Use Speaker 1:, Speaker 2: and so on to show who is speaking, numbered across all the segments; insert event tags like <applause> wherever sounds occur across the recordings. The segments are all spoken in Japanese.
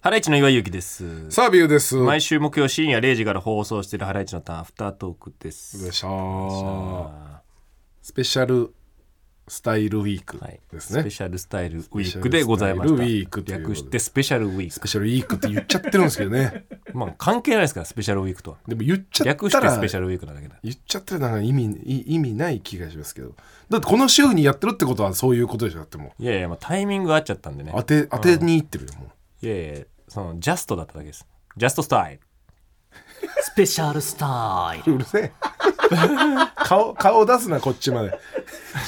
Speaker 1: ハライチの岩井ゆきです。
Speaker 2: さあビューです。
Speaker 1: 毎週木曜深夜0時から放送しているハライチのターンアフタートークです。
Speaker 2: よいしょ
Speaker 1: は
Speaker 2: スペシャルスタイルウィーク
Speaker 1: い、
Speaker 2: ですね。
Speaker 1: スペシャルスタイルウィークでございまし
Speaker 2: ス
Speaker 1: た。
Speaker 2: ペシャルスタイルウィークという
Speaker 1: 略してスペシャルウィー
Speaker 2: ス
Speaker 1: ク。
Speaker 2: ペシャルウィークって言っちゃってるんですけ
Speaker 1: <laughs>
Speaker 2: どね。
Speaker 1: まあ関係ないですから、スペシャルウィークとは。
Speaker 2: でも言っちゃっ
Speaker 1: 略
Speaker 2: た
Speaker 1: して
Speaker 2: ら
Speaker 1: スペシャルウィークなだけだ。
Speaker 2: 言っちゃったらなんか意味い意味ない気がしますけど。だってこの週にやってるってことはそういうことでしょだっても
Speaker 1: いやいや、まあ、タイミングが合っちゃったんでね
Speaker 2: う。当て当てにいってるよもう。
Speaker 1: いやいや、そのジャストだっただけです。ジャストスタイル。スペシャルスタイル。
Speaker 2: うるせえ。顔、顔出すな、こっちまで。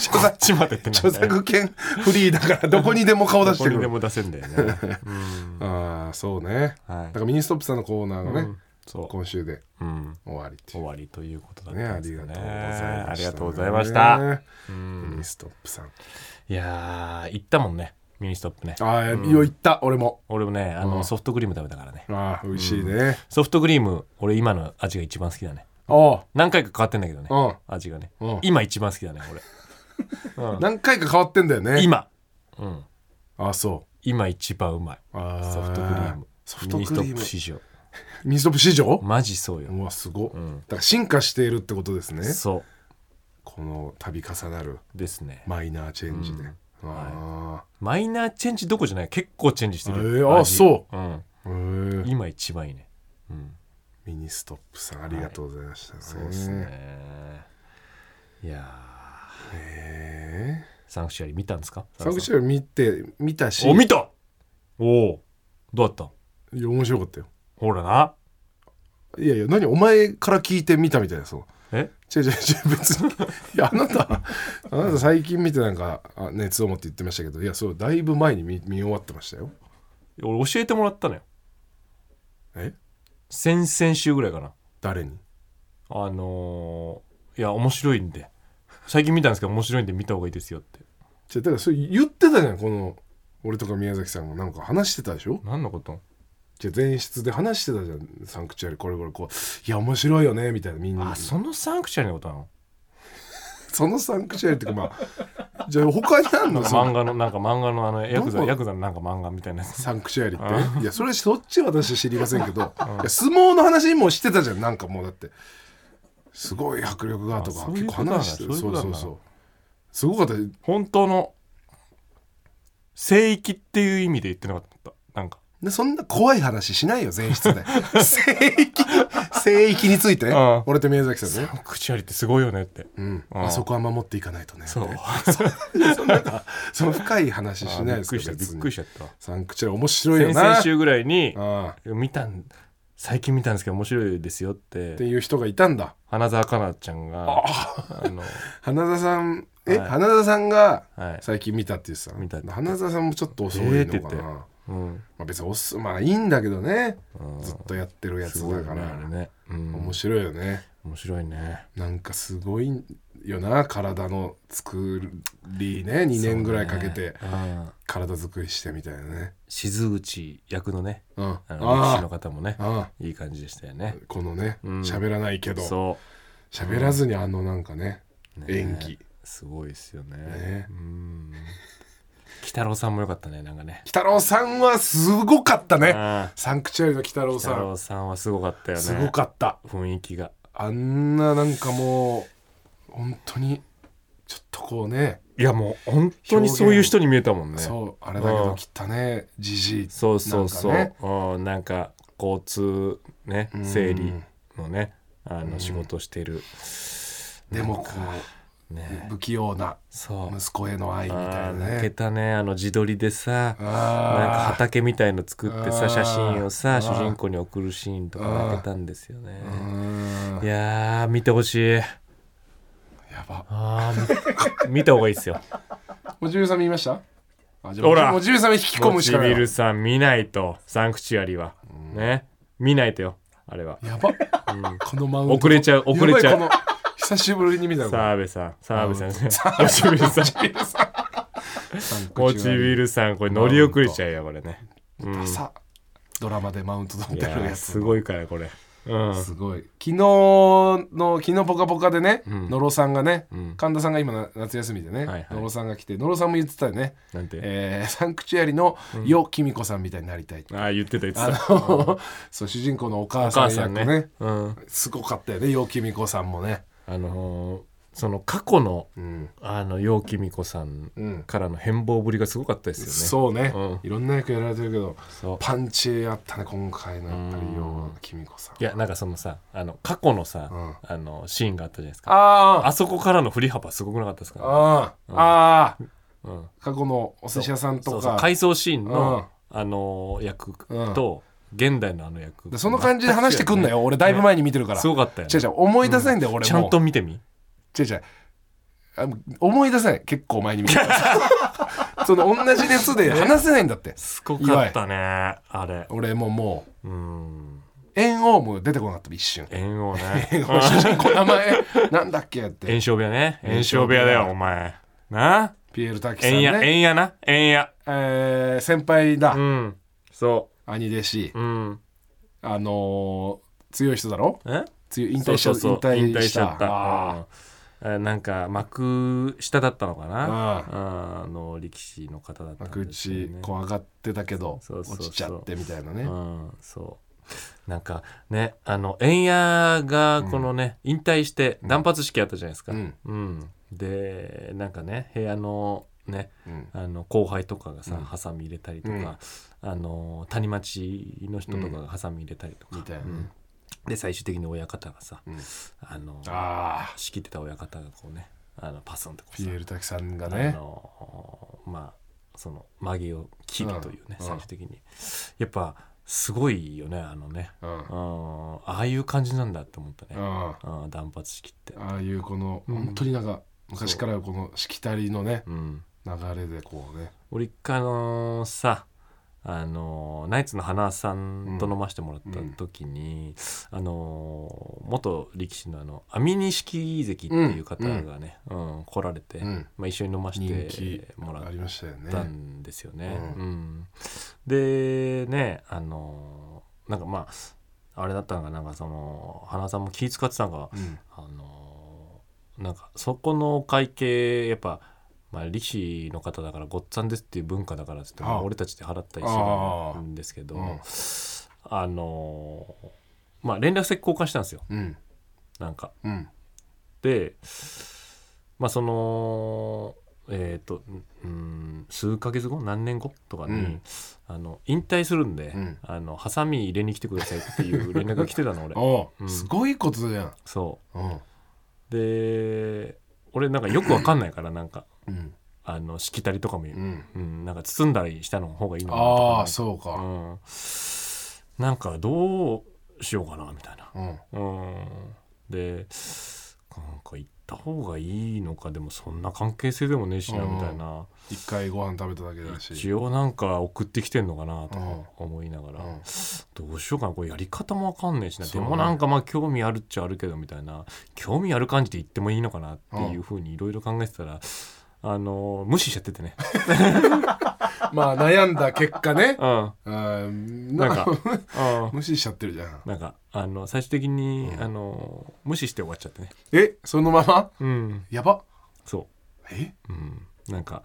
Speaker 2: 著
Speaker 1: こっ <laughs>
Speaker 2: 作
Speaker 1: ちまでってなんだ
Speaker 2: 著
Speaker 1: よ
Speaker 2: 作権フリーだから、どこにでも顔出し
Speaker 1: ど
Speaker 2: て
Speaker 1: こ
Speaker 2: く
Speaker 1: にで
Speaker 2: る。
Speaker 1: も出せんだよね。
Speaker 2: ああ、そうね。
Speaker 1: はい
Speaker 2: だからミニストップさんのコーナーがね、
Speaker 1: そ
Speaker 2: 今週で
Speaker 1: う。うん。
Speaker 2: 終わりってい
Speaker 1: 終
Speaker 2: う。
Speaker 1: わりということだっ
Speaker 2: ね、
Speaker 1: た
Speaker 2: あ
Speaker 1: んで
Speaker 2: り
Speaker 1: す
Speaker 2: が
Speaker 1: か
Speaker 2: とう
Speaker 1: ね
Speaker 2: ございました、
Speaker 1: ありがとうございました。
Speaker 2: ミニストップさん。
Speaker 1: いやー、行ったもんね、ミニストップね。
Speaker 2: ああ、いよ、行った、俺も。
Speaker 1: 俺もね、あの、ソフトクリーム食べたからね。
Speaker 2: ああ、美味しいね。
Speaker 1: ソフトクリーム、俺今の味が一番好きだね。
Speaker 2: あ
Speaker 1: 何回か変わってんだけどね
Speaker 2: あ、、うん。
Speaker 1: 味がね
Speaker 2: うん。
Speaker 1: 今一番好きだね、
Speaker 2: 何回か変わってんだよ
Speaker 1: 俺。
Speaker 2: ね。
Speaker 1: 今。うん。
Speaker 2: ああ、そ
Speaker 1: 今一番うまい。
Speaker 2: う。ああ
Speaker 1: ソフトクリーム。
Speaker 2: ソフト
Speaker 1: ミニ
Speaker 2: ク
Speaker 1: スト
Speaker 2: リー
Speaker 1: ッ
Speaker 2: ム
Speaker 1: プ。市場。
Speaker 2: ミニストップ市場
Speaker 1: マジそうよ。
Speaker 2: うわ、すごっ。
Speaker 1: ん
Speaker 2: だから進化しているってことですね。
Speaker 1: そ
Speaker 2: この度重なる
Speaker 1: うですね。
Speaker 2: マイナーチェンジで、あ
Speaker 1: マイナーチェンジどこじゃない結構チェンジしてる。
Speaker 2: えーあ
Speaker 1: 味
Speaker 2: そ
Speaker 1: うん。
Speaker 2: あ、へえ
Speaker 1: 今一番いいね。
Speaker 2: ミニストップさんありがとうございました、
Speaker 1: そうですね。いや
Speaker 2: え
Speaker 1: ー、サンクチュアリ見たんですか
Speaker 2: サンクチュアリ見て見たし
Speaker 1: お見たおおどうだった
Speaker 2: いや面白かったよ
Speaker 1: ほらない
Speaker 2: やいや何お前から聞いて見たみたいなそう
Speaker 1: え
Speaker 2: 違う違う違う別にいやあなたあなた最近見てなんかあ熱を持って言ってましたけどいやそうだいぶ前に見見終わってましたよ
Speaker 1: 俺教えてもらったのよ
Speaker 2: え
Speaker 1: 先々週ぐらいかな
Speaker 2: 誰に
Speaker 1: あのー、いや面白いんで最近見たんですけど面白いんで見た方がいいですよって
Speaker 2: 違うだからそれ言ってたじゃんこの俺とか宮崎さんもなんか話してたでしょ
Speaker 1: 何のこと
Speaker 2: じゃあ前室で話してたじゃんサンクチュアリこれこれこういや面白いよねみたいなみんな
Speaker 1: あそのサンクチュアリのことなの
Speaker 2: そのサンクチュアリっていうかまあじゃあ他にあんのそ
Speaker 1: 漫
Speaker 2: の
Speaker 1: 画のなんか漫画のあのヤクザ
Speaker 2: どこ
Speaker 1: ヤクザのなんか漫画みたいなやつ
Speaker 2: サンクチュアリっていやそれそっちは私知りませんけ
Speaker 1: <laughs>
Speaker 2: ど、いや相撲の話もしてたじゃんなんかもうだってすごい迫力がと
Speaker 1: あ
Speaker 2: か
Speaker 1: そうい
Speaker 2: 結
Speaker 1: う
Speaker 2: 構
Speaker 1: ことなんだ
Speaker 2: 話して
Speaker 1: そういうことなんだ
Speaker 2: そうすごかったな
Speaker 1: 本当の聖域っていう意味で言ってなかったなんか
Speaker 2: そんな怖い話しないよ前室で <laughs> 聖域聖域について
Speaker 1: ん
Speaker 2: 俺と宮崎さんね
Speaker 1: サンクチュアリってすごいよねって
Speaker 2: うん、
Speaker 1: うん
Speaker 2: あそこは守っていか <laughs> ないとね
Speaker 1: そう
Speaker 2: みたいなそんななんかその深い話しない
Speaker 1: び
Speaker 2: で
Speaker 1: っ
Speaker 2: す
Speaker 1: く
Speaker 2: け
Speaker 1: り
Speaker 2: ど
Speaker 1: したびっ
Speaker 2: 別に
Speaker 1: くりしちゃった
Speaker 2: サンクチュアリ面白いよ
Speaker 1: 先
Speaker 2: な
Speaker 1: 々週ぐらいに
Speaker 2: ああ
Speaker 1: 見たん最近見たんですけど面白いですよっ
Speaker 2: って
Speaker 1: て
Speaker 2: いう人がいたんだ
Speaker 1: 花澤香菜ちゃんがあの
Speaker 2: 花田さんえ、
Speaker 1: はい
Speaker 2: 花田さんが
Speaker 1: はい
Speaker 2: 最近見たって言ってた
Speaker 1: 見たって
Speaker 2: 花田さんもちょっと遅い
Speaker 1: えー
Speaker 2: の
Speaker 1: って言っ
Speaker 2: か
Speaker 1: て
Speaker 2: な、
Speaker 1: うん
Speaker 2: まあ、別におすまあいいんだけどね
Speaker 1: うん
Speaker 2: ずっとやってるやつ
Speaker 1: すごい
Speaker 2: だ
Speaker 1: よ
Speaker 2: か
Speaker 1: ねあ
Speaker 2: ら、
Speaker 1: れねうん
Speaker 2: 面白いよね
Speaker 1: 面白いね
Speaker 2: なんかすごいよな体の作りね2年ぐらいかけて
Speaker 1: うん
Speaker 2: 体作りしてみたいなね
Speaker 1: 静口役のね
Speaker 2: うん
Speaker 1: あの力士の
Speaker 2: あ
Speaker 1: 方もね
Speaker 2: ああ
Speaker 1: いい感じでしたよね
Speaker 2: あこのね
Speaker 1: ん
Speaker 2: 喋らないけど
Speaker 1: そ
Speaker 2: 喋らずにあのなんかね
Speaker 1: うね
Speaker 2: 演技
Speaker 1: すごいですよね
Speaker 2: ね
Speaker 1: うん鬼太郎さんも良かったねなんかね
Speaker 2: 鬼太郎さんはすごかったね
Speaker 1: うん
Speaker 2: サンクチュアリの鬼太郎
Speaker 1: 鬼
Speaker 2: さ
Speaker 1: 太
Speaker 2: ん
Speaker 1: 郎さんはすごかったよね
Speaker 2: すごかった
Speaker 1: 雰囲気が
Speaker 2: あんななんかもう本当にちょっとこうね
Speaker 1: いやもう本当にそういう人に見えたもんね
Speaker 2: そうあれだけど汚ねじじい
Speaker 1: そうそうそう
Speaker 2: な
Speaker 1: なんん,、
Speaker 2: か
Speaker 1: なんか交通ね
Speaker 2: ん
Speaker 1: 整理のねあの仕事してる
Speaker 2: でもこ
Speaker 1: ね
Speaker 2: う不器用な
Speaker 1: そう
Speaker 2: 息子への愛みた
Speaker 1: あ
Speaker 2: い
Speaker 1: ー
Speaker 2: な
Speaker 1: 抜け
Speaker 2: ね
Speaker 1: たねあの自撮りでさなんか
Speaker 2: あ
Speaker 1: 畑みたいの作って
Speaker 2: あ
Speaker 1: さ
Speaker 2: ー
Speaker 1: 写真をさ
Speaker 2: あー
Speaker 1: 主人公に送るシーンとか
Speaker 2: あー
Speaker 1: 泣けたんですよね
Speaker 2: あうん
Speaker 1: いやー見てほしい
Speaker 2: やば
Speaker 1: あーみ <laughs> 見た方がいいですよ
Speaker 2: おじゅうさん見ましたあじ
Speaker 1: ほら
Speaker 2: おじゅうさん引き込
Speaker 1: モ
Speaker 2: むし
Speaker 1: チ
Speaker 2: かな
Speaker 1: ビル
Speaker 2: い
Speaker 1: さん見ないとサンクチュアリはね見ないとよあれは
Speaker 2: やばこのマウント
Speaker 1: 遅れちゃう遅れちゃ
Speaker 2: やば
Speaker 1: う
Speaker 2: いこの久しぶりに見た <laughs> の
Speaker 1: 澤部さん澤部さんね <laughs> モチビルさんモチビルさんこれ乗り遅れちゃうよこれね
Speaker 2: ダサドラマでマウント取っ
Speaker 1: い
Speaker 2: てる
Speaker 1: や
Speaker 2: や
Speaker 1: ー
Speaker 2: つ
Speaker 1: すごいからこれうん
Speaker 2: すごい昨日の昨日ぽかぽかでね、
Speaker 1: ん
Speaker 2: 野呂さんがね、
Speaker 1: うん
Speaker 2: 神田さんが今な夏休みでね、
Speaker 1: はいはい
Speaker 2: 野呂さんが来て野呂さんも言ってたよね、
Speaker 1: なんて、
Speaker 2: えー <laughs> サンクチュアリのよきみこさんみたいになりたいって、
Speaker 1: ああ言ってた言って
Speaker 2: あ
Speaker 1: た
Speaker 2: の <laughs> そう主人公のお母
Speaker 1: お
Speaker 2: さ
Speaker 1: 母
Speaker 2: ん
Speaker 1: さ
Speaker 2: 役
Speaker 1: ん
Speaker 2: ね
Speaker 1: ねうん、
Speaker 2: すごかったよねよきみこさんもね
Speaker 1: あのーその過去の
Speaker 2: うん、
Speaker 1: あの陽気美子さん
Speaker 2: うん
Speaker 1: からの変貌ぶりがすごかったですよね、
Speaker 2: そうね、
Speaker 1: うん
Speaker 2: いろんな役やられてるけど
Speaker 1: そう
Speaker 2: パンチあったね今回のやっぱりよきみこさん
Speaker 1: いやなんかそのさあの過去のさ、
Speaker 2: う
Speaker 1: あのシーンがあったじゃないですか
Speaker 2: あー
Speaker 1: あそこからの振り幅すごくなかったですか、
Speaker 2: あーあー
Speaker 1: うん、
Speaker 2: 過去のお寿司屋さんと
Speaker 1: そうそう
Speaker 2: か
Speaker 1: 回想シーンの、あのー役と、現代のあの役
Speaker 2: でその感じで話してくんなよ、俺だいぶ前に見てるから、
Speaker 1: すごかったよ、
Speaker 2: 違う違う思い出せないんだよ、俺も
Speaker 1: ちゃんと見てみ
Speaker 2: 違う違うあ思い出せない結構前に見てるから <laughs> その同じ列で話せないんだって
Speaker 1: すごかったねあれ
Speaker 2: 俺ももう
Speaker 1: うん
Speaker 2: 猿王も出てこなかった一瞬
Speaker 1: 炎王
Speaker 2: <laughs>
Speaker 1: ね
Speaker 2: 猿王主人公名前なんだっけっ
Speaker 1: 炎
Speaker 2: て
Speaker 1: 症部屋ね炎症部屋だよお前な
Speaker 2: ピエール滝さん
Speaker 1: 炎や炎
Speaker 2: ね、
Speaker 1: やな炎や
Speaker 2: えー先輩だ、
Speaker 1: うんそ
Speaker 2: 兄弟子
Speaker 1: ううん
Speaker 2: あのー強い人だろ
Speaker 1: え
Speaker 2: 強い引
Speaker 1: そう
Speaker 2: 退し
Speaker 1: そう
Speaker 2: た
Speaker 1: そう
Speaker 2: 引
Speaker 1: 引
Speaker 2: 退
Speaker 1: 退
Speaker 2: し
Speaker 1: しち
Speaker 2: た
Speaker 1: ゃったうんえなんか幕下だったのかな
Speaker 2: あー
Speaker 1: あの力士の方だった
Speaker 2: 幕
Speaker 1: んですよ
Speaker 2: 内
Speaker 1: ね
Speaker 2: 怖がってたけど
Speaker 1: そうそうそう
Speaker 2: 落ちちゃってみたいなね、
Speaker 1: うんそうなんかねあの円谷がこのね、引退して断髪式あったじゃないですか、
Speaker 2: うん
Speaker 1: でなんかね部屋のね
Speaker 2: うん
Speaker 1: あの後輩とかがさ、
Speaker 2: うん
Speaker 1: ハサミ入れたりとか、あの谷町の人とかがハサミ入れたりとか、
Speaker 2: みたいなね
Speaker 1: うんで最終的に親方がさ、
Speaker 2: うん
Speaker 1: あの
Speaker 2: ああ
Speaker 1: 仕切ってた親方がこうねあのパスンってこう
Speaker 2: ピ
Speaker 1: さ
Speaker 2: エール滝さんが
Speaker 1: あ
Speaker 2: ね
Speaker 1: のまあその曲げを切るというね、
Speaker 2: うん
Speaker 1: 最終的にやっぱすごいよねあのね、
Speaker 2: うんうん
Speaker 1: うん、ああいう感じなんだって思ったね、
Speaker 2: あ
Speaker 1: うん、断髪式って、
Speaker 2: あいうこの
Speaker 1: うん
Speaker 2: 本当になんか昔からこのしきたりのね
Speaker 1: うん、
Speaker 2: 流れでこうね
Speaker 1: 俺一回あのーさあのーナイツの花さんと飲ませてもらった時に、あのー元力士のあの網錦関っていう方がね、うん来られて、
Speaker 2: うん
Speaker 1: まあ、一緒に飲ませ
Speaker 2: 人気
Speaker 1: てもらっ
Speaker 2: ありましたよ
Speaker 1: った
Speaker 2: ね
Speaker 1: んですよね。
Speaker 2: う
Speaker 1: うんんでねあのーなんかまああれだったのがなんかその花さんも気使ってたのが、
Speaker 2: うん
Speaker 1: あのーなんかそこのお会計やっぱ、まあ、力士の方だからごっつぁんですっていう文化だからっつって
Speaker 2: ああ
Speaker 1: 俺たちで払ったりするんですけど
Speaker 2: ああうん
Speaker 1: あ,、のーまあ連絡先交換したんですよ
Speaker 2: うん
Speaker 1: なんか。
Speaker 2: うん
Speaker 1: でまあそのえっ、とうん数ヶ月後何年後とかに、
Speaker 2: うん
Speaker 1: あの引退するんで、
Speaker 2: うん
Speaker 1: あのハサミ入れに来てくださいっていう
Speaker 2: <laughs>
Speaker 1: 連絡が来てたの俺
Speaker 2: お
Speaker 1: う
Speaker 2: うんすごいことじゃん
Speaker 1: そ
Speaker 2: うん
Speaker 1: うで俺なんかよくわかんないからなんか
Speaker 2: うん
Speaker 1: あのしきたりとかも、う
Speaker 2: うんん
Speaker 1: なんか包んだりしたの方がいいのかなとか
Speaker 2: あ
Speaker 1: な
Speaker 2: あそうか
Speaker 1: うん、なんかどうしようかなみたいな
Speaker 2: うん
Speaker 1: うんでなんか行った方がいいのかでもそんな関係性でもねえしな
Speaker 2: うん
Speaker 1: みたいな
Speaker 2: 一回ご飯食べただけだし
Speaker 1: 一応なんか送ってきてんのかなと
Speaker 2: うん
Speaker 1: か思いながら、
Speaker 2: うん
Speaker 1: どうしようかなこれやり方もわかんねえしな、
Speaker 2: そ
Speaker 1: で
Speaker 2: うね
Speaker 1: もなんかまあ興味あるっちゃあるけどみたいな興味ある感じで言ってもいいのかなっていうふうにいろいろ考えてたら、あの無視しちゃってて
Speaker 2: <laughs>
Speaker 1: ね、
Speaker 2: まあ悩んだ結果ね <laughs>
Speaker 1: うん、
Speaker 2: うん
Speaker 1: な
Speaker 2: なんん
Speaker 1: か
Speaker 2: か
Speaker 1: う
Speaker 2: <laughs> 無視しちゃってるじゃん
Speaker 1: んなんかあの最終的に、
Speaker 2: うん
Speaker 1: あの無視して終わっちゃってね
Speaker 2: えそのまま
Speaker 1: うん
Speaker 2: やば
Speaker 1: そう
Speaker 2: え
Speaker 1: うん、なんか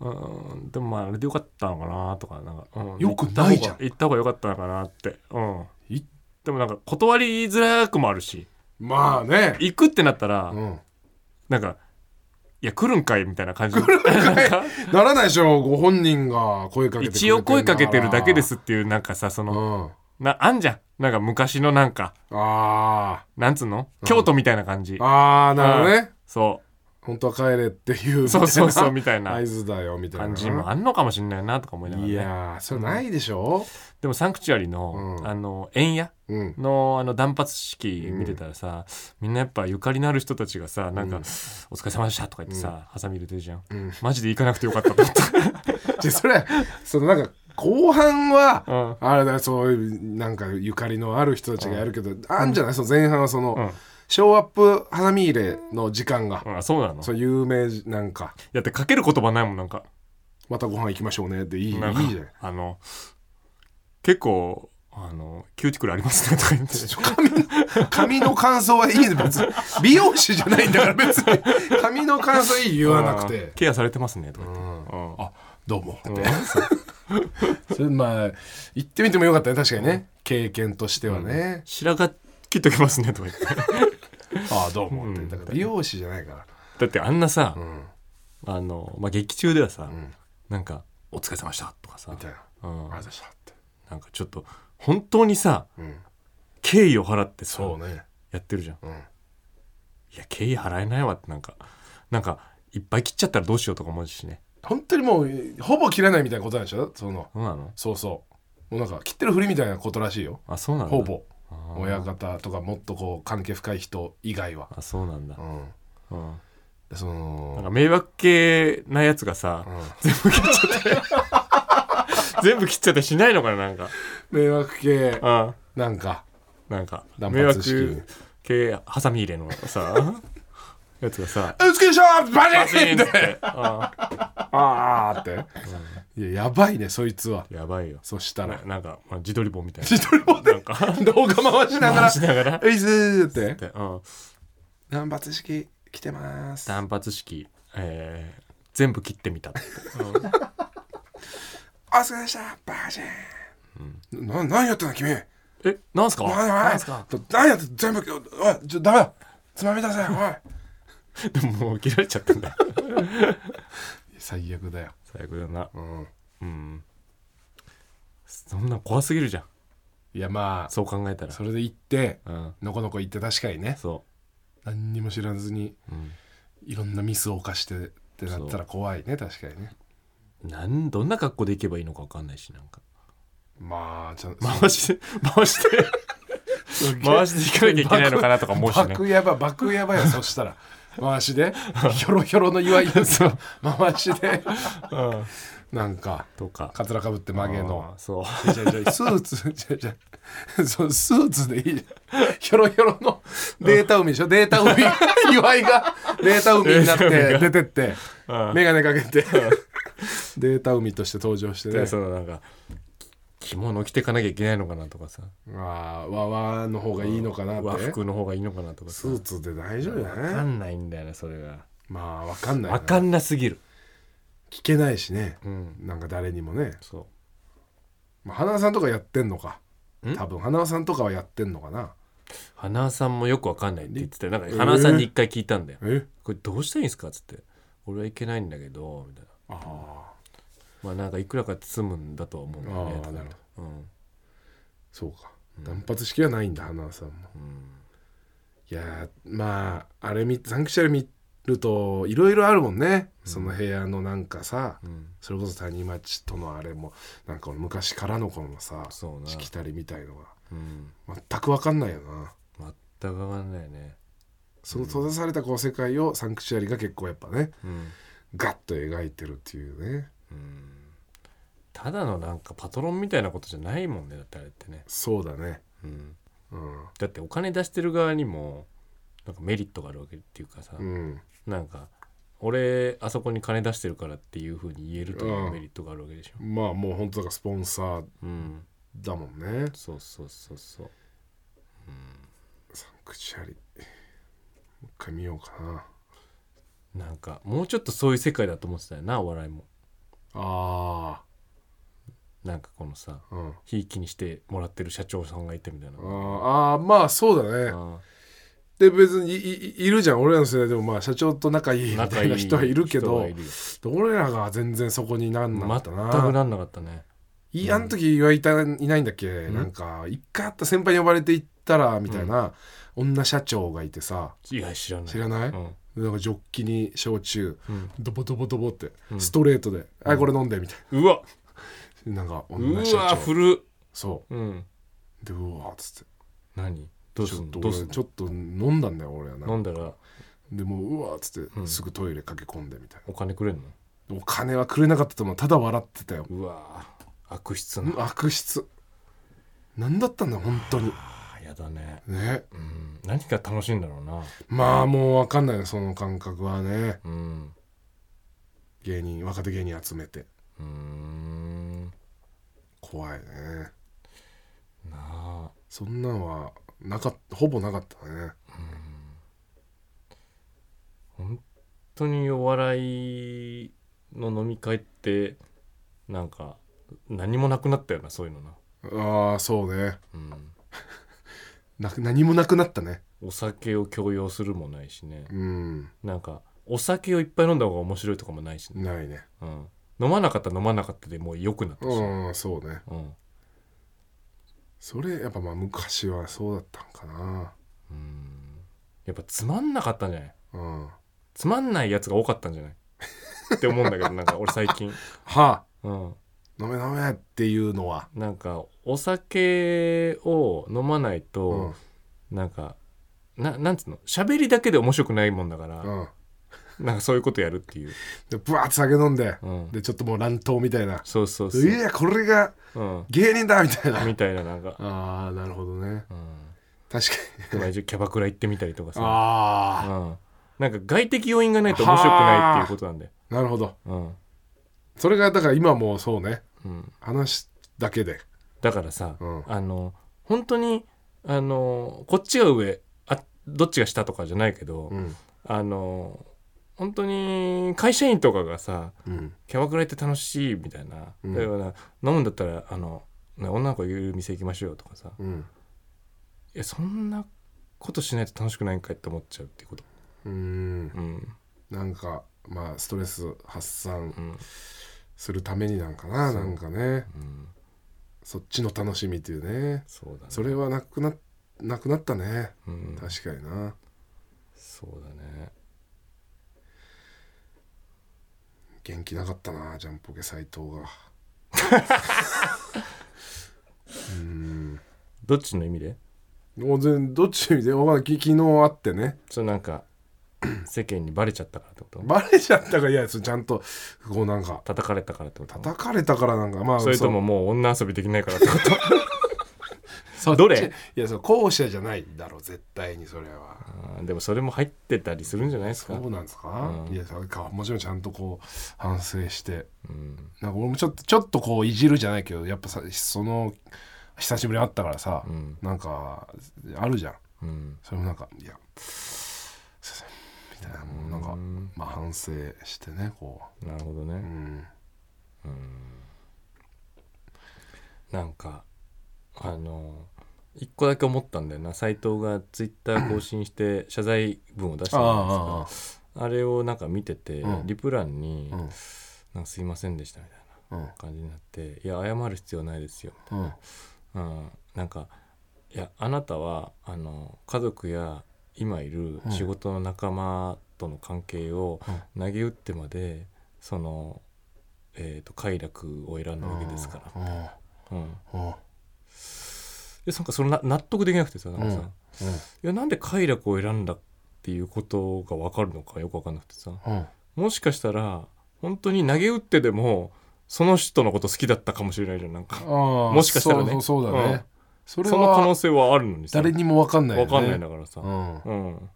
Speaker 1: うーんでもまああれでよかったのかなとかなんか、うん、
Speaker 2: よくないじゃん
Speaker 1: 行った方が行った方がよかったのかなって、うん、
Speaker 2: い
Speaker 1: でもなんか断りづらくもあるし
Speaker 2: まあね
Speaker 1: 行くってなったら、
Speaker 2: うん
Speaker 1: なんかいや来るんかいみたいな感じ
Speaker 2: ならないでしょご本人が声かけてくれて
Speaker 1: 一応声かけてるだけですすっていうなんかさそ
Speaker 2: うん
Speaker 1: の、
Speaker 2: あ
Speaker 1: なあんじゃんなんか昔のなんか
Speaker 2: あ
Speaker 1: なんつうの京都みたいな感じ、
Speaker 2: ああなるほど
Speaker 1: う
Speaker 2: ね
Speaker 1: んそ
Speaker 2: 本当は帰れっていう
Speaker 1: うそうそうそう
Speaker 2: み
Speaker 1: みたい
Speaker 2: たいな
Speaker 1: な
Speaker 2: 合図だよみたいな
Speaker 1: 感じもあんのかもしれないなとか思いながら、
Speaker 2: い
Speaker 1: ね、
Speaker 2: やーそれないでしょ
Speaker 1: でもサンクチュアリの、
Speaker 2: うん
Speaker 1: あの円屋
Speaker 2: うん
Speaker 1: のあの断髪式見てたらさ、みんなやっぱゆかりのある人たちがさなんか、お疲れ様でした」とか言ってさ、ハサミ入れてるじゃん、
Speaker 2: ん
Speaker 1: マジで行かなくてよかったと思
Speaker 2: <laughs>
Speaker 1: った、
Speaker 2: じゃあそれそのなんか後半は
Speaker 1: うん
Speaker 2: あれだそういうなんかゆかりのある人たちがやるけどあんじゃないその前半はそのショーアップ花見入れの時間が
Speaker 1: うんあそうなの
Speaker 2: そう有名なんか
Speaker 1: だってかける言葉ないもんなんか
Speaker 2: またご飯行きましょうねっていいいいじゃ
Speaker 1: なん
Speaker 2: ん
Speaker 1: かあの結構あのキューティクルありますねとか言って
Speaker 2: 髪髪の乾燥はいいで別に美容師じゃないんだから別に髪の乾燥いい言わなくて
Speaker 1: あーケアされてますねとか言って、うん
Speaker 2: あどうもって、それまあ言ってみてもよかったね確かにね、経験としてはね、
Speaker 1: 白髪切っときますねとか言って <laughs>
Speaker 2: ああどうもって、だから美容師じゃないから
Speaker 1: だってあんなさ、あの、まあ、劇中ではさ、なんか「お疲れ様でした」とかさ
Speaker 2: みたいな、
Speaker 1: うん
Speaker 2: あれでしたって
Speaker 1: なんかちょっと本当にさ、
Speaker 2: ん
Speaker 1: 敬意を払ってさ
Speaker 2: そうね
Speaker 1: やってるじゃん、
Speaker 2: ん
Speaker 1: いや敬意払えないわってなんかなんかいっぱい切っちゃったらどうしようとか思うしね
Speaker 2: 本当にもうほぼ切らないみたいなことなんでしょその
Speaker 1: そうなの
Speaker 2: そうそうもうなんか切ってるふりみたいなことらしいよ
Speaker 1: あそうなんだ
Speaker 2: ほぼ
Speaker 1: あー
Speaker 2: 親方とかもっとこう関係深い人以外は
Speaker 1: あそうなんだ
Speaker 2: う、ん
Speaker 1: うん、
Speaker 2: そ
Speaker 1: なん
Speaker 2: の
Speaker 1: か迷惑系なやつがさ、全部切っちゃった全部切っちゃったりしないのかななんか
Speaker 2: 迷惑系
Speaker 1: あ
Speaker 2: なんか
Speaker 1: なんか
Speaker 2: 断
Speaker 1: 迷
Speaker 2: 髪式
Speaker 1: 惑系ハサミ入れの
Speaker 2: <laughs>
Speaker 1: さやつがさ
Speaker 2: 「美しいでしょバ
Speaker 1: パ
Speaker 2: チ
Speaker 1: チン
Speaker 2: ン!」
Speaker 1: っ
Speaker 2: ってて
Speaker 1: あ
Speaker 2: 「ああ」っていややばいねそいつは
Speaker 1: ーやばいよ
Speaker 2: そしたら
Speaker 1: ななんか、まあ、自撮り棒みたいな
Speaker 2: 自撮り棒で
Speaker 1: なんか
Speaker 2: 動画回しなが
Speaker 1: 回
Speaker 2: ら
Speaker 1: しながら
Speaker 2: 「ういず」って
Speaker 1: でうん
Speaker 2: 「断髪式来てます」
Speaker 1: 断髪式、えー全部切ってみたって、うん
Speaker 2: 「お疲れでしたバチン!」な何やってんの君
Speaker 1: えなんすか
Speaker 2: おいおい
Speaker 1: なんすか
Speaker 2: 何やって全部おいちょダメだつまみ出せおい
Speaker 1: で <laughs> ももう切られちゃったんだよ
Speaker 2: <laughs> 最悪だよ
Speaker 1: 最悪だな
Speaker 2: うん
Speaker 1: うんそんな怖すぎるじゃん
Speaker 2: いやまあ
Speaker 1: そう考えたら
Speaker 2: それで行って
Speaker 1: うん
Speaker 2: のこのこ行って確かにね
Speaker 1: そ
Speaker 2: 何にも知らずに
Speaker 1: う、うん
Speaker 2: いろんなミスを犯してってなったら怖いね確かにね
Speaker 1: なんどんな格好で行けばいいのか分かんないしなんか
Speaker 2: まあちょっと
Speaker 1: 回して回して回して行かなきゃいけないのかなとか思うしね
Speaker 2: 爆やば爆やばやそしたら回
Speaker 1: <laughs>
Speaker 2: しでひょろひょろの岩井やつを回しで
Speaker 1: うん
Speaker 2: なんか
Speaker 1: とか
Speaker 2: かつらかぶって曲げの
Speaker 1: あーそう
Speaker 2: じゃあじゃあスーツじゃあじゃあそうスーツでいいじゃんひょろひょろのデータ海でしょデータ
Speaker 1: <laughs>
Speaker 2: 海岩井がデータ海になって出てって
Speaker 1: うん
Speaker 2: 眼鏡かけて <laughs> データ海として登場して
Speaker 1: で
Speaker 2: ね
Speaker 1: そのなんか着物着てかなきゃいけないのかなとかさ
Speaker 2: あー和和の方がいいのかな
Speaker 1: 和
Speaker 2: って
Speaker 1: 服の方がいいのかなとか
Speaker 2: ス
Speaker 1: さ
Speaker 2: ーツで大丈夫だ
Speaker 1: 分か
Speaker 2: ね
Speaker 1: んないんだよねそれが
Speaker 2: まあわかんないな
Speaker 1: 分かんなすぎる
Speaker 2: 聞けないしね
Speaker 1: うん
Speaker 2: なんか誰にもね
Speaker 1: そ
Speaker 2: まあ花輪さんとかやってんのか
Speaker 1: ん
Speaker 2: 多分花輪さんとかはやってんのかな
Speaker 1: う花輪さんもよく分かんないって言ってたよなんか花輪さんに一回聞いたんだよ、
Speaker 2: え
Speaker 1: これどうしたらいいんですかっつって俺はいけないんだけどみたいな
Speaker 2: ああ
Speaker 1: まあなんかいくらか包むんだとは思うんだよね
Speaker 2: あーなる
Speaker 1: ほど、うん
Speaker 2: そうか断髪式はないんだ花輪さんも
Speaker 1: うん
Speaker 2: いやーまああれ見サンクチュアリ見るといろいろあるもんね、その部屋のなんかさ、
Speaker 1: うん
Speaker 2: それこそ谷町とのあれもなんか俺昔からのこのさ
Speaker 1: そうな
Speaker 2: しきたりみたいのが
Speaker 1: うん、
Speaker 2: 全く分かんないよな
Speaker 1: 全く分かんないね、
Speaker 2: その閉ざされたこう世界をサンクチュアリが結構やっぱね
Speaker 1: うん
Speaker 2: ガッと描いてるっていうね
Speaker 1: うん、ただのなんかパトロンみたいなことじゃないもんねだってあれってね、
Speaker 2: そうだね
Speaker 1: うん、
Speaker 2: うん
Speaker 1: だってお金出してる側にもなんかメリットがあるわけっていうかさ、
Speaker 2: うん
Speaker 1: なんか俺あそこに金出してるからっていうふうに言えるといううんメリットがあるわけでしょ、
Speaker 2: まあもう本当だからスポンサー
Speaker 1: うん、
Speaker 2: だもんね
Speaker 1: そうそうそうそう
Speaker 2: サンクチュアリもう一回見ようかな
Speaker 1: なんかもうちょっとそういう世界だと思ってたよなお笑いも
Speaker 2: あ
Speaker 1: なんかこのさ
Speaker 2: あうん
Speaker 1: ひいきにしてもらってる社長さんがいてみたいな、
Speaker 2: あーあーまあそうだね、
Speaker 1: あ
Speaker 2: で別にいいいるじゃん俺らの世代でもまあ社長と仲いい
Speaker 1: ー
Speaker 2: みたいな人はいるけ
Speaker 1: 人
Speaker 2: ど
Speaker 1: はいるよ
Speaker 2: 俺らが全然そこになんなかったな
Speaker 1: 全くなんなかったね
Speaker 2: いやあの時はいたいないんだっけ、
Speaker 1: ん
Speaker 2: なんか一回あった先輩に呼ばれて行ったらみたいな、女社長がいてさ
Speaker 1: いや知らない
Speaker 2: 知らない、
Speaker 1: うん
Speaker 2: なんかジョッキに焼酎、
Speaker 1: うん
Speaker 2: ドボドボドボって、
Speaker 1: ん
Speaker 2: ストレートで「あこれ飲んで」みたいう
Speaker 1: わ
Speaker 2: ななんか
Speaker 1: う
Speaker 2: 女社
Speaker 1: わ
Speaker 2: 長
Speaker 1: 古
Speaker 2: そ
Speaker 1: うん
Speaker 2: うでうわっつって
Speaker 1: 何どう
Speaker 2: ち
Speaker 1: す
Speaker 2: ょっ
Speaker 1: んの
Speaker 2: と
Speaker 1: どうす
Speaker 2: 俺
Speaker 1: ん
Speaker 2: ちょっと飲んだんだよ俺はな
Speaker 1: の飲んだら
Speaker 2: でもううわっつって、
Speaker 1: うん
Speaker 2: すぐトイレ駆け込んでみたい
Speaker 1: お
Speaker 2: な
Speaker 1: 金くれんの
Speaker 2: お金はくれなかったと思うただ笑ってたよ
Speaker 1: うわー悪質な
Speaker 2: うん悪質何だったんだよ本当に
Speaker 1: あーやだね
Speaker 2: ね
Speaker 1: うん何が楽しいんだろうな
Speaker 2: まあもう分かんないよその感覚はね
Speaker 1: うん
Speaker 2: 芸人若手芸人集めて
Speaker 1: うーん
Speaker 2: 怖いねそんなんはなかったほぼなかったね
Speaker 1: 本当にお笑いの飲み会ってなんか何もなくなったよなそういうのな、
Speaker 2: ああそうね
Speaker 1: うん、
Speaker 2: なく何もなくなったね
Speaker 1: お酒を強要するもないしね
Speaker 2: うん
Speaker 1: なんかお酒をいっぱい飲んだ方が面白いとかもないし、ね
Speaker 2: ないね
Speaker 1: うん、飲まなかったら飲まなかったでもう良くなったし、
Speaker 2: うんそうね
Speaker 1: うん
Speaker 2: それやっぱまあ昔はそうだったんかな
Speaker 1: うんやっぱつまんなかったんじゃない
Speaker 2: うんは
Speaker 1: つまんないやつが多かったんじゃないって思うんだけどなんか俺最近、
Speaker 2: あ
Speaker 1: うん、
Speaker 2: 飲め飲めっていうのは
Speaker 1: なんかお酒を飲まないうと
Speaker 2: ん、
Speaker 1: なんかななんつうの喋りだけで面白くないもんだから、
Speaker 2: うん
Speaker 1: なんかそういうことやるっていう、
Speaker 2: でブワーッと酒飲んで
Speaker 1: うん、
Speaker 2: でちょっともう乱闘みたいな
Speaker 1: そうそうそう
Speaker 2: い、やこれが
Speaker 1: うん、
Speaker 2: 芸人だみたいな
Speaker 1: みたいななんか、
Speaker 2: ああなるほどね
Speaker 1: うん、
Speaker 2: 確か
Speaker 1: でも一応キャバクラ行ってみたりとか
Speaker 2: に
Speaker 1: さ、う
Speaker 2: あ
Speaker 1: ん、なんか外的要因がないと面白くないっていうことなんだよ、
Speaker 2: あなるほど
Speaker 1: うん
Speaker 2: それがだから今もうそうね
Speaker 1: うん、
Speaker 2: 話だけで
Speaker 1: だからさ、
Speaker 2: うん
Speaker 1: あの本当にあのこっちが上あどっちが下とかじゃないけど、
Speaker 2: うん
Speaker 1: あの本当に会社員とかがさ
Speaker 2: うん
Speaker 1: キャバクラ行って楽しいみたいな、
Speaker 2: うん
Speaker 1: 例えばな飲むんだったらあの、ね、女の子いる店行きましょうよとかさ
Speaker 2: うん
Speaker 1: いやそんなことしないと楽しくないんかいって思っちゃうってこと
Speaker 2: うん
Speaker 1: うん
Speaker 2: なんかまあストレス発散
Speaker 1: うん
Speaker 2: するためになんかな
Speaker 1: そう
Speaker 2: なんかね
Speaker 1: うん
Speaker 2: そっちの楽しみっていうね
Speaker 1: そうだね
Speaker 2: それはなくななくなったね
Speaker 1: うん、
Speaker 2: 確かにな
Speaker 1: そうだね
Speaker 2: 元気なかったなジャンポケ斎藤がうん
Speaker 1: どっちの意味で
Speaker 2: もう全どっちでわかんないき昨日あってね
Speaker 1: それなんか <clears throat> 世間にバレちゃったからってこと
Speaker 2: バレちゃったからいやそれちゃんとこうなんか
Speaker 1: 叩かれたからってこと
Speaker 2: 叩かれたからなんかまあ
Speaker 1: それとももう女遊びできないからってこと
Speaker 2: そう
Speaker 1: どれ
Speaker 2: そっちいやそう後者じゃないだろう絶対にそれは
Speaker 1: <laughs> あーでもそれも入ってたりするんじゃないですか
Speaker 2: そうなんですか、
Speaker 1: うん
Speaker 2: いやそれかもちろんちゃんとこう反省して
Speaker 1: うん
Speaker 2: なんか俺もちょっとちょっとこういじるじゃないけどやっぱさその久しぶりに会ったからさ、
Speaker 1: うん
Speaker 2: なんかあるじゃん
Speaker 1: うん
Speaker 2: それもなんかいやすいませんみたいなもうなんか、
Speaker 1: うん
Speaker 2: まあ反省してねこ
Speaker 1: なるほど
Speaker 2: うう
Speaker 1: ね、
Speaker 2: ん
Speaker 1: なんかあの一個だけ思ったんだよな斎藤がツイッタ
Speaker 2: <coughs>
Speaker 1: ー更新して謝罪文を出したじゃない
Speaker 2: あ
Speaker 1: ですかあれをなんか見てて、
Speaker 2: うん
Speaker 1: リプランに、
Speaker 2: ああ
Speaker 1: なんかすいませんでしたみたい
Speaker 2: あうん
Speaker 1: な感じになって「いや謝る必要ないですよ」
Speaker 2: うんうん
Speaker 1: うん、なんかいやあなたはあの家族や今いる
Speaker 2: うん
Speaker 1: 仕事の仲間との関係を投げ打ってまで、その、えー、と快楽を選んだわけですから、
Speaker 2: ら
Speaker 1: うん、
Speaker 2: うんうん
Speaker 1: でなんかそのな納得できなくてさなんかさ、
Speaker 2: うん
Speaker 1: いやなんで快楽を選んだっていうことが分かるのかよく分かんなくてさ
Speaker 2: うん
Speaker 1: もしかしたら本当に投げ打ってでもその人のこと好きだったかもしれないじゃんなんか
Speaker 2: ああ
Speaker 1: もしかしたらね
Speaker 2: そうそうそうだ
Speaker 1: う
Speaker 2: ね、
Speaker 1: ん
Speaker 2: それ
Speaker 1: その可能
Speaker 2: は
Speaker 1: 性はあるのにさ
Speaker 2: 誰にも分かんないよ
Speaker 1: 分か
Speaker 2: ね
Speaker 1: んないんだからさ、
Speaker 2: うん
Speaker 1: うん、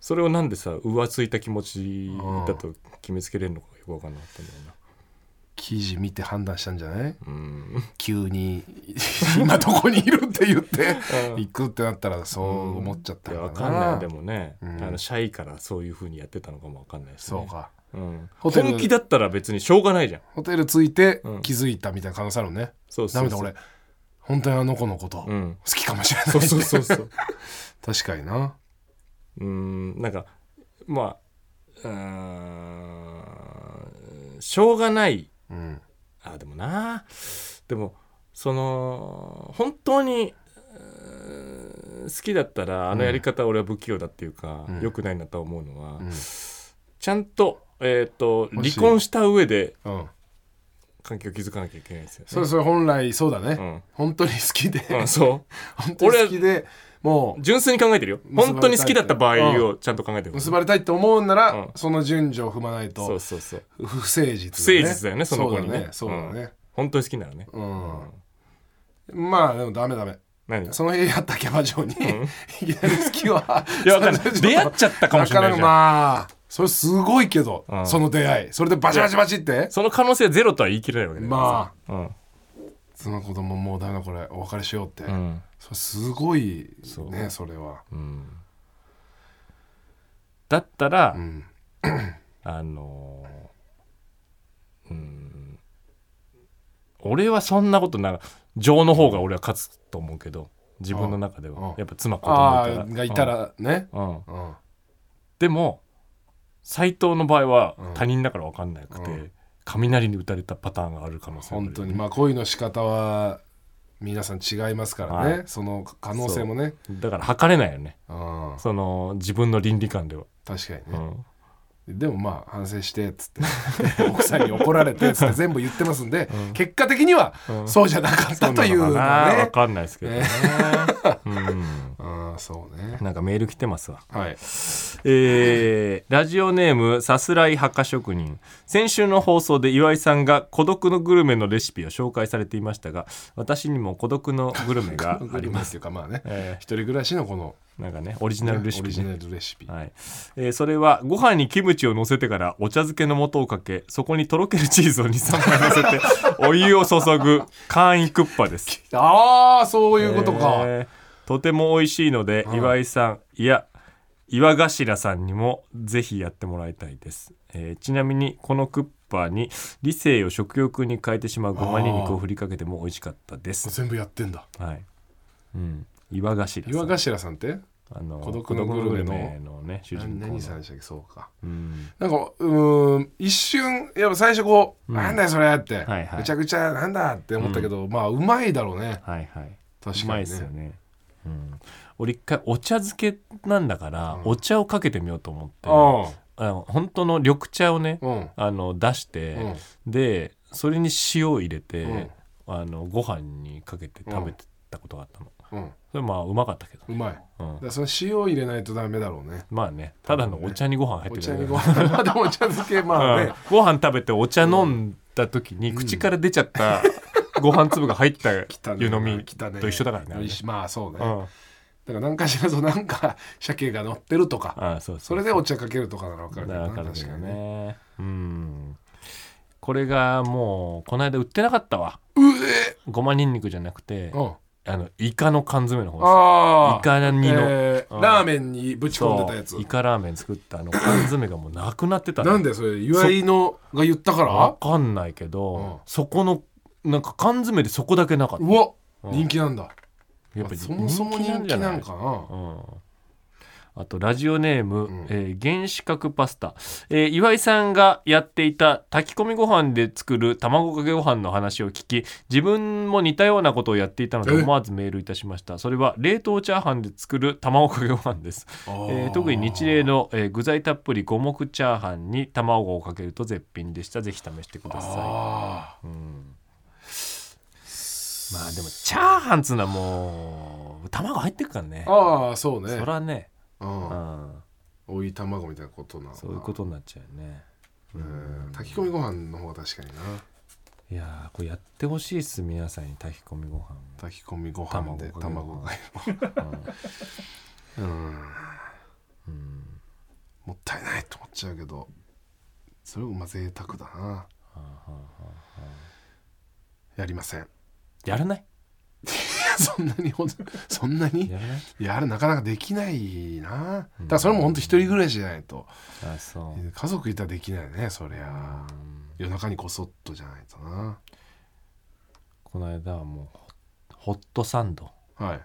Speaker 1: それをなんでさ浮ついた気持ちだと決めつけれるのかよく分かんなかったんだよな
Speaker 2: 記事見て判断したんじゃない
Speaker 1: うん
Speaker 2: 急に今どこにいる <laughs> って言って行くってなったらそう思っちゃった
Speaker 1: いや
Speaker 2: の
Speaker 1: 分
Speaker 2: か
Speaker 1: かん
Speaker 2: な、
Speaker 1: ないでもね、
Speaker 2: うん
Speaker 1: あのシャイからそういうふうにやってたのかも分かんないし、ね、
Speaker 2: そうか
Speaker 1: うん、
Speaker 2: ホテル
Speaker 1: 本気だったら別にしょうがないじゃん
Speaker 2: ホテル着いて
Speaker 1: うん
Speaker 2: 気づいたみたいな可能性あるもんね、
Speaker 1: そうそ
Speaker 2: ダ
Speaker 1: う
Speaker 2: メ
Speaker 1: そ
Speaker 2: だ
Speaker 1: う
Speaker 2: 俺本当にあの子のこと好
Speaker 1: うん
Speaker 2: きかもしれないって、
Speaker 1: そうそうそうそう <laughs>
Speaker 2: 確かにな
Speaker 1: うんなんかまあうーんしょうがない
Speaker 2: うん
Speaker 1: あでもなでもその本当にうーん好きだったらあのやり方は俺は不器用だっていうか、
Speaker 2: うん
Speaker 1: 良くないなとは思うのは、
Speaker 2: うん
Speaker 1: ちゃんと,、えー、と
Speaker 2: も
Speaker 1: 離
Speaker 2: し
Speaker 1: 婚した上で
Speaker 2: うん
Speaker 1: 関係を築かなきゃいけないですよね。
Speaker 2: それそれ本来そうだね、
Speaker 1: うん
Speaker 2: 本当に好きで、
Speaker 1: うん、そ
Speaker 2: 本当に好きでも
Speaker 1: う純粋に考えてるよ
Speaker 2: 結ばれたい
Speaker 1: 本当に好きだった場合をちゃんと考えて
Speaker 2: う
Speaker 1: る
Speaker 2: 結ばれたいと思うなら、
Speaker 1: うん
Speaker 2: その順序を踏まないと
Speaker 1: そうそうそう
Speaker 2: <laughs> 不誠実、ね、
Speaker 1: 不誠実だよねその子にね
Speaker 2: そうだねそうだね
Speaker 1: 本当に好きならね、
Speaker 2: うん、まあでもダメダメ
Speaker 1: 何
Speaker 2: その辺やったキャバ嬢に、
Speaker 1: ん <laughs>
Speaker 2: <laughs> いきなり好きは
Speaker 1: いやわかんない
Speaker 2: <laughs> それ
Speaker 1: 出会っちゃったかもしれないじ
Speaker 2: なかなか
Speaker 1: ゃん
Speaker 2: まあそれすごいけど、
Speaker 1: うん
Speaker 2: その出会いそれでバチバチバチって
Speaker 1: その可能性はゼロとは言い切れないわけだからさう
Speaker 2: ま
Speaker 1: ん、
Speaker 2: その子供もうダメだこれお別れしようって、
Speaker 1: うん
Speaker 2: それすごい
Speaker 1: そう
Speaker 2: ねそれは、
Speaker 1: うんだったら、
Speaker 2: うん、
Speaker 1: あのーうん俺はそんなことなら情の方が俺は勝つと思うけど自分の中で
Speaker 2: うんう
Speaker 1: は
Speaker 2: ん
Speaker 1: やっぱ妻子
Speaker 2: ああ
Speaker 1: 供
Speaker 2: が
Speaker 1: い
Speaker 2: い
Speaker 1: た
Speaker 2: た
Speaker 1: ら、
Speaker 2: らね、
Speaker 1: うんうん
Speaker 2: うん
Speaker 1: でも斎藤の場合は
Speaker 2: うん
Speaker 1: 他人だから分かんなくて、
Speaker 2: うん
Speaker 1: 雷に打たれたパターンがある可能性がある
Speaker 2: 本当にまあ恋の仕方は皆さん違いますからね、
Speaker 1: は
Speaker 2: その可能性もね
Speaker 1: だから測れないよね
Speaker 2: うん
Speaker 1: その自分の倫理観では、
Speaker 2: 確かに
Speaker 1: う
Speaker 2: ね、
Speaker 1: ん
Speaker 2: でもまあ反省してっつって奥さんに怒られてっつ
Speaker 1: <laughs>
Speaker 2: って全部言ってますんで、
Speaker 1: うん
Speaker 2: 結果的には
Speaker 1: うん
Speaker 2: そうじゃなかったというの
Speaker 1: どうなのかな
Speaker 2: は
Speaker 1: 分
Speaker 2: ね
Speaker 1: かんないですけどね、
Speaker 2: ね
Speaker 1: うん
Speaker 2: ああそうね
Speaker 1: なんかメール来てますわ
Speaker 2: はい
Speaker 1: えーラジオネームさすらい墓職人先週の放送で岩井さんが孤独のグルメのレシピを紹介されていましたが私にも孤独のグルメがあ
Speaker 2: あ
Speaker 1: り
Speaker 2: り
Speaker 1: ま、
Speaker 2: ますすいうかまあね、
Speaker 1: え
Speaker 2: 一人暮らしのこの
Speaker 1: ーなんかねオリジナル
Speaker 2: ね
Speaker 1: レシ
Speaker 2: オ
Speaker 1: ピ、
Speaker 2: リジナ
Speaker 1: ね
Speaker 2: ルレシピ
Speaker 1: はいえーそれはご飯にキムチを乗せてからお茶漬けの素をかけそこにとろけるチーズを23枚乗せて
Speaker 2: <laughs>
Speaker 1: お湯を注ぐ簡易クッパです
Speaker 2: ああそういうことか、
Speaker 1: えーとても美味しいので、
Speaker 2: うん
Speaker 1: 岩井さんいや岩頭さんにもぜひやってもらいたいです、えーちなみにこのクッパーに理性を食欲に変えてしまうごまにんにくをふりかけても美味しかったです
Speaker 2: 全部やってんだ
Speaker 1: はい、うん、岩頭さん
Speaker 2: 岩頭さんって
Speaker 1: あの
Speaker 2: 孤独のグルメ
Speaker 1: 孤
Speaker 2: の
Speaker 1: 独のね主人
Speaker 2: 何
Speaker 1: 公
Speaker 2: 何さん
Speaker 1: の
Speaker 2: でしたっけそうか
Speaker 1: うん
Speaker 2: なんかうーん一瞬やっぱ最初こう、
Speaker 1: うん
Speaker 2: なんだよそれって、
Speaker 1: はいはい
Speaker 2: めちゃくちゃなんだって思ったけど、まあうまいだろうね
Speaker 1: はいはい
Speaker 2: 確
Speaker 1: う
Speaker 2: か
Speaker 1: ま
Speaker 2: に
Speaker 1: い
Speaker 2: ね
Speaker 1: っすよね、うん、俺一回お茶漬けなんだから、お茶をかけてみようと思ってあの本当の緑茶をね、
Speaker 2: うんうん
Speaker 1: あの出して、でそれに塩を入れて、
Speaker 2: うん
Speaker 1: あのご飯にかけて食べてたことがあったの、
Speaker 2: うんうん
Speaker 1: それまあうまかったけど、
Speaker 2: うまいだか
Speaker 1: うん
Speaker 2: らその塩入れないとダメだろうね
Speaker 1: まあねただのお茶にご飯入っ
Speaker 2: お
Speaker 1: て
Speaker 2: 茶
Speaker 1: る
Speaker 2: に
Speaker 1: だけ
Speaker 2: ご
Speaker 1: だか
Speaker 2: 飯 <laughs> まあでもお茶漬けまあ
Speaker 1: ら
Speaker 2: ね、
Speaker 1: うんご飯食べてお茶飲んだ時に、口から出ちゃったご飯粒が入った
Speaker 2: <laughs> 汚ね
Speaker 1: 湯飲み
Speaker 2: 汚ね
Speaker 1: と一緒だからねあれね
Speaker 2: まあそうね、
Speaker 1: う
Speaker 2: だか
Speaker 1: ん
Speaker 2: ら何かしらそうなんか鮭が乗ってるとか、
Speaker 1: ああそう
Speaker 2: それでお茶かけるとかなら分か
Speaker 1: だ
Speaker 2: る
Speaker 1: か
Speaker 2: け
Speaker 1: ら
Speaker 2: どな
Speaker 1: わかるけ
Speaker 2: 確か
Speaker 1: ど
Speaker 2: にね
Speaker 1: ねうんこれがもうこの間売ってなかったわ
Speaker 2: うえ
Speaker 1: ごまにんにくじゃなくて
Speaker 2: うん
Speaker 1: あのイカの缶詰の方です
Speaker 2: ああ
Speaker 1: イカ煮の、
Speaker 2: えー
Speaker 1: うん
Speaker 2: ラーメンにぶち込んでたやつ
Speaker 1: そうイカラーメン作ったあの缶詰がもうなくなってた
Speaker 2: なん
Speaker 1: で
Speaker 2: でそれ岩井のが言ったから
Speaker 1: わかんないけど、そこのなんか缶詰でそこだけなかっ
Speaker 2: うわ、
Speaker 1: た、うん
Speaker 2: 人気なんだ
Speaker 1: やっぱ
Speaker 2: あそもそも人気なんかな
Speaker 1: うんあとラジオネーム、
Speaker 2: ん
Speaker 1: えー原子核パスタ、えー岩井さんがやっていた炊き込みご飯で作る卵かけご飯の話を聞き自分も似たようなことをやっていたので
Speaker 2: え
Speaker 1: 思わずメールいたしましたそれは冷凍チャーハンで作る卵かけご飯ですえー特に日例の、えー具材たっぷり五目チャーハンに卵をかけると絶品でしたぜひ試してくださ
Speaker 2: あ
Speaker 1: い、うんまあでもチャーハンっつうのはもう卵入ってるからね
Speaker 2: ーあーそうね
Speaker 1: そらね、
Speaker 2: う
Speaker 1: うんん、
Speaker 2: おい卵みたいなことなのかな
Speaker 1: そういうことになっちゃうよね
Speaker 2: うん炊き込みご飯の方が確かにない
Speaker 1: やーこれやってほしいっす皆さんに炊き込みご飯、
Speaker 2: 炊き込みご飯で
Speaker 1: 卵
Speaker 2: 卵
Speaker 1: か
Speaker 2: が
Speaker 1: うん
Speaker 2: うん
Speaker 1: うん
Speaker 2: もったいないと思っちゃうけどそれもまあ贅沢だ
Speaker 1: は
Speaker 2: な
Speaker 1: あはあはあ
Speaker 2: やりません <laughs>
Speaker 1: やらない
Speaker 2: そんなにほんそんなに
Speaker 1: やらない
Speaker 2: いやあれなかなかできないなだからそれも本当一人暮らしじゃないと
Speaker 1: あそう
Speaker 2: 家族いたらできないねそりゃ夜中にこそっとじゃないとな
Speaker 1: この間はもうホホットサンド
Speaker 2: はい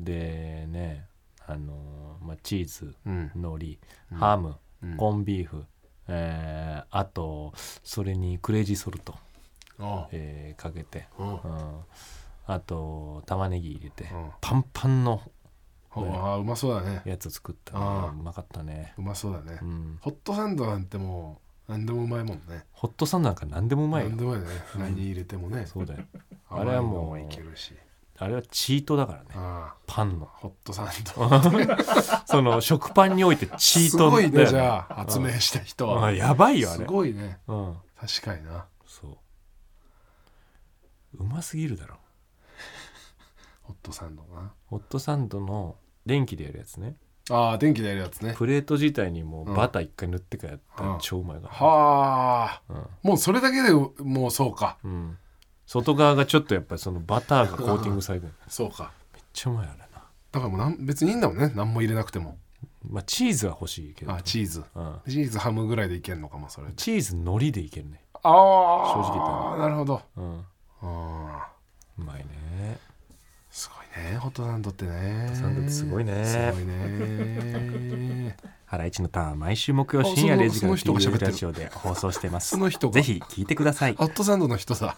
Speaker 1: でねあのーまあ、チーズ
Speaker 2: うん
Speaker 1: 海苔
Speaker 2: うん
Speaker 1: ハム、
Speaker 2: うん
Speaker 1: コンビーフ、えーあとそれにクレイジーソルト、
Speaker 2: あ
Speaker 1: えーかけて、
Speaker 2: あうん
Speaker 1: うん、あと玉ねぎ入れて、
Speaker 2: うん
Speaker 1: パンパンの
Speaker 2: ああうまそうだね
Speaker 1: やつ作った
Speaker 2: あ
Speaker 1: の
Speaker 2: あ
Speaker 1: うまかったね、
Speaker 2: うまそうだね
Speaker 1: うん、
Speaker 2: ホットサンドなんてもう何でもうまいもんね
Speaker 1: ホットサンドなんか何でもうまい
Speaker 2: 何
Speaker 1: よ
Speaker 2: でもうまいね何入れてもね
Speaker 1: そうだよ
Speaker 2: 甘
Speaker 1: あれはもう
Speaker 2: いのいけるし
Speaker 1: あれはチートだからね
Speaker 2: ああ
Speaker 1: パンの
Speaker 2: ホットサンド
Speaker 1: その食パンにおいてチー
Speaker 2: す
Speaker 1: ト
Speaker 2: ご
Speaker 1: だ
Speaker 2: い
Speaker 1: よ
Speaker 2: ねじゃあ発明した人
Speaker 1: う
Speaker 2: は
Speaker 1: んやばいよあ
Speaker 2: す
Speaker 1: れ、
Speaker 2: ごいね
Speaker 1: うん、
Speaker 2: 確かにな
Speaker 1: そううますぎるだろ
Speaker 2: ホットサンドな
Speaker 1: ホットサンドの電気でやるやつね
Speaker 2: ああ電気でやるやつね
Speaker 1: プレート自体にもううんバター一回塗ってからやった
Speaker 2: う
Speaker 1: ら
Speaker 2: ん
Speaker 1: 超うまいから、
Speaker 2: はあ
Speaker 1: うん
Speaker 2: もうそれだけでもうそうか
Speaker 1: うん外側がちょっとやっぱりそのバターがコーティングさ
Speaker 2: <laughs>
Speaker 1: れてる
Speaker 2: そうか
Speaker 1: めっちゃうまいあれな、
Speaker 2: だからもうなん別にいいんだもんね何も入れなくても
Speaker 1: まあ、チーズは欲しいけど
Speaker 2: あチーズ
Speaker 1: うん、
Speaker 2: チーズハムぐらいでいけんのかもそれ
Speaker 1: チーズ海苔でいけるね
Speaker 2: ああ正
Speaker 1: 直言っ
Speaker 2: なるほど
Speaker 1: うんう
Speaker 2: あ
Speaker 1: まいね
Speaker 2: すごいねホットサンドってね
Speaker 1: サンドってすごいね
Speaker 2: すご
Speaker 1: <laughs>
Speaker 2: いね
Speaker 1: ハライチのターン毎週木曜深夜
Speaker 2: あその
Speaker 1: 0時か
Speaker 2: その人が
Speaker 1: ら
Speaker 2: 喋
Speaker 1: TBS
Speaker 2: ってる
Speaker 1: ラジオで放送してます
Speaker 2: その人が
Speaker 1: ぜひ聞いてください
Speaker 2: ホットサンドの人さ